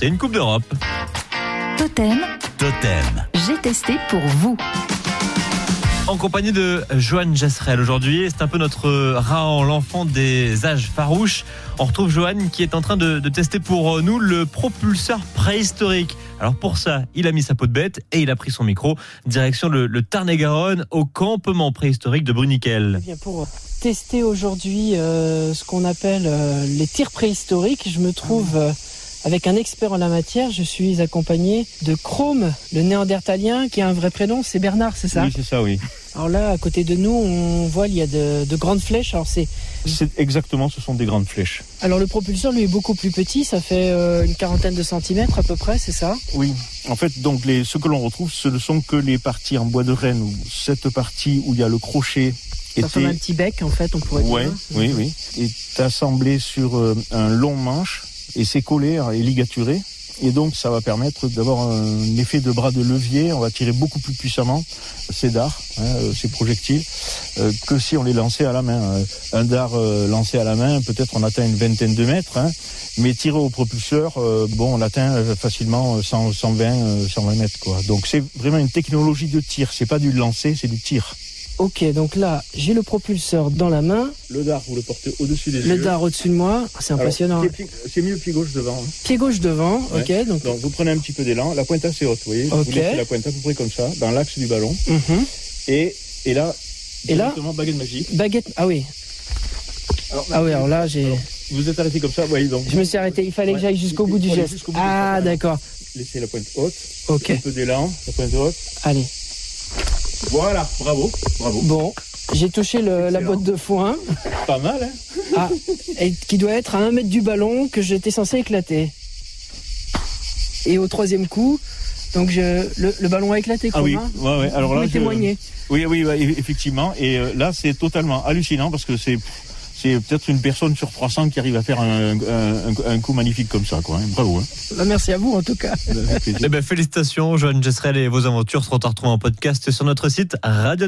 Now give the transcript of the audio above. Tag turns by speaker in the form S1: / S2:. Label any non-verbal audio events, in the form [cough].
S1: Et une Coupe d'Europe.
S2: Totem,
S1: Totem.
S2: j'ai testé pour vous.
S1: En compagnie de Johan Jasserel aujourd'hui. et C'est un peu notre Raon, l'enfant des âges farouches. On retrouve Johan qui est en train de, de tester pour nous le propulseur préhistorique. Alors pour ça, il a mis sa peau de bête et il a pris son micro. Direction le, le Tarn-et-Garonne au campement préhistorique de Bruniquel.
S3: Eh bien, pour tester aujourd'hui euh, ce qu'on appelle euh, les tirs préhistoriques, je me trouve
S4: Ah.
S3: euh, avec un expert en la matière. Je suis accompagné de Chrome, le néandertalien, qui a un vrai prénom, c'est Bernard, c'est ça
S4: Oui, c'est ça, oui.
S3: Alors là, à côté de nous, on voit il y a de, de grandes flèches. Alors c'est,
S4: C'est exactement, ce sont des grandes flèches.
S3: alors le propulseur lui est beaucoup plus petit, ça fait euh, une quarantaine de centimètres à peu près, c'est ça
S4: Oui. En fait, donc les, ce que l'on retrouve, ce ne sont que les parties en bois de renne ou cette partie où il y a le crochet
S3: Ça ressemble à un petit bec en fait, on pourrait
S4: ouais,
S3: dire.
S4: oui, oui, est assemblé sur euh, un long manche et c'est collé hein, et ligaturé. Et donc, ça va permettre d'avoir un effet de bras de levier. On va tirer beaucoup plus puissamment ces dards, hein, euh, ces projectiles, euh, que si on les lançait à la main. Euh, Un dard euh, lancé à la main, peut-être on atteint une vingtaine de mètres, hein, mais tiré au propulseur, euh, bon, on atteint euh, facilement euh, 100, 120, euh, 120 mètres, quoi. Donc, c'est vraiment une technologie de tir. C'est pas du lancer, c'est du tir.
S3: Ok, donc là, j'ai le propulseur dans la main,
S5: Le dard, vous le portez au-dessus des yeux.
S3: le dard au-dessus de moi, c'est
S5: Alors,
S3: impressionnant. hein.
S5: pied- pied- C'est mieux pied gauche devant. hein.
S3: Pied gauche devant,
S5: Ouais.
S3: ok, donc
S5: Donc vous prenez un petit peu d'élan. La pointe assez haute, vous voyez.
S3: Ok.
S5: Vous laissez la pointe à peu près comme ça, dans l'axe du ballon.
S3: Mhm.
S5: Et, et là,
S3: Et là
S5: directement, baguette magique.
S3: Baguette. Ah oui.
S5: Alors,
S3: Ah oui, alors là, j'ai.
S5: Vous êtes arrêté comme ça, vous voyez. Donc
S3: Je me suis arrêté. Il fallait que
S5: Ouais.
S3: j'aille jusqu'au
S5: Il
S3: bout du
S5: faut aller
S3: geste.
S5: jusqu'au bout du
S3: Ah
S5: geste.
S3: d'accord.
S5: laissez la pointe haute.
S3: Ok.
S5: Un peu d'élan, la pointe haute.
S3: Allez.
S5: Voilà, bravo, bravo.
S3: Bon, j'ai touché le- la
S5: Excellent.
S3: botte de foin,
S5: Pas mal, hein
S3: ah, et qui doit être à un mètre du ballon que j'étais censé éclater. Et au troisième coup, donc je, le, le ballon a éclaté.
S4: Ah oui,
S3: Romain.
S4: ouais, ouais. Alors
S3: Vous
S4: là,
S3: pouvez
S4: je-
S3: témoigner.
S4: Oui, oui, oui, effectivement. Et euh, là, c'est totalement hallucinant parce que c'est c'est peut-être une personne sur 300 qui arrive à faire un, un- un- un coup magnifique comme ça, quoi. hein. Bravo. hein.
S3: Bah, merci à vous en tout cas.
S5: hein.
S3: [laughs]
S4: Avec plaisir.
S1: Eh ben félicitations Johan Jasserel et vos aventures seront à retrouver en podcast sur notre site radio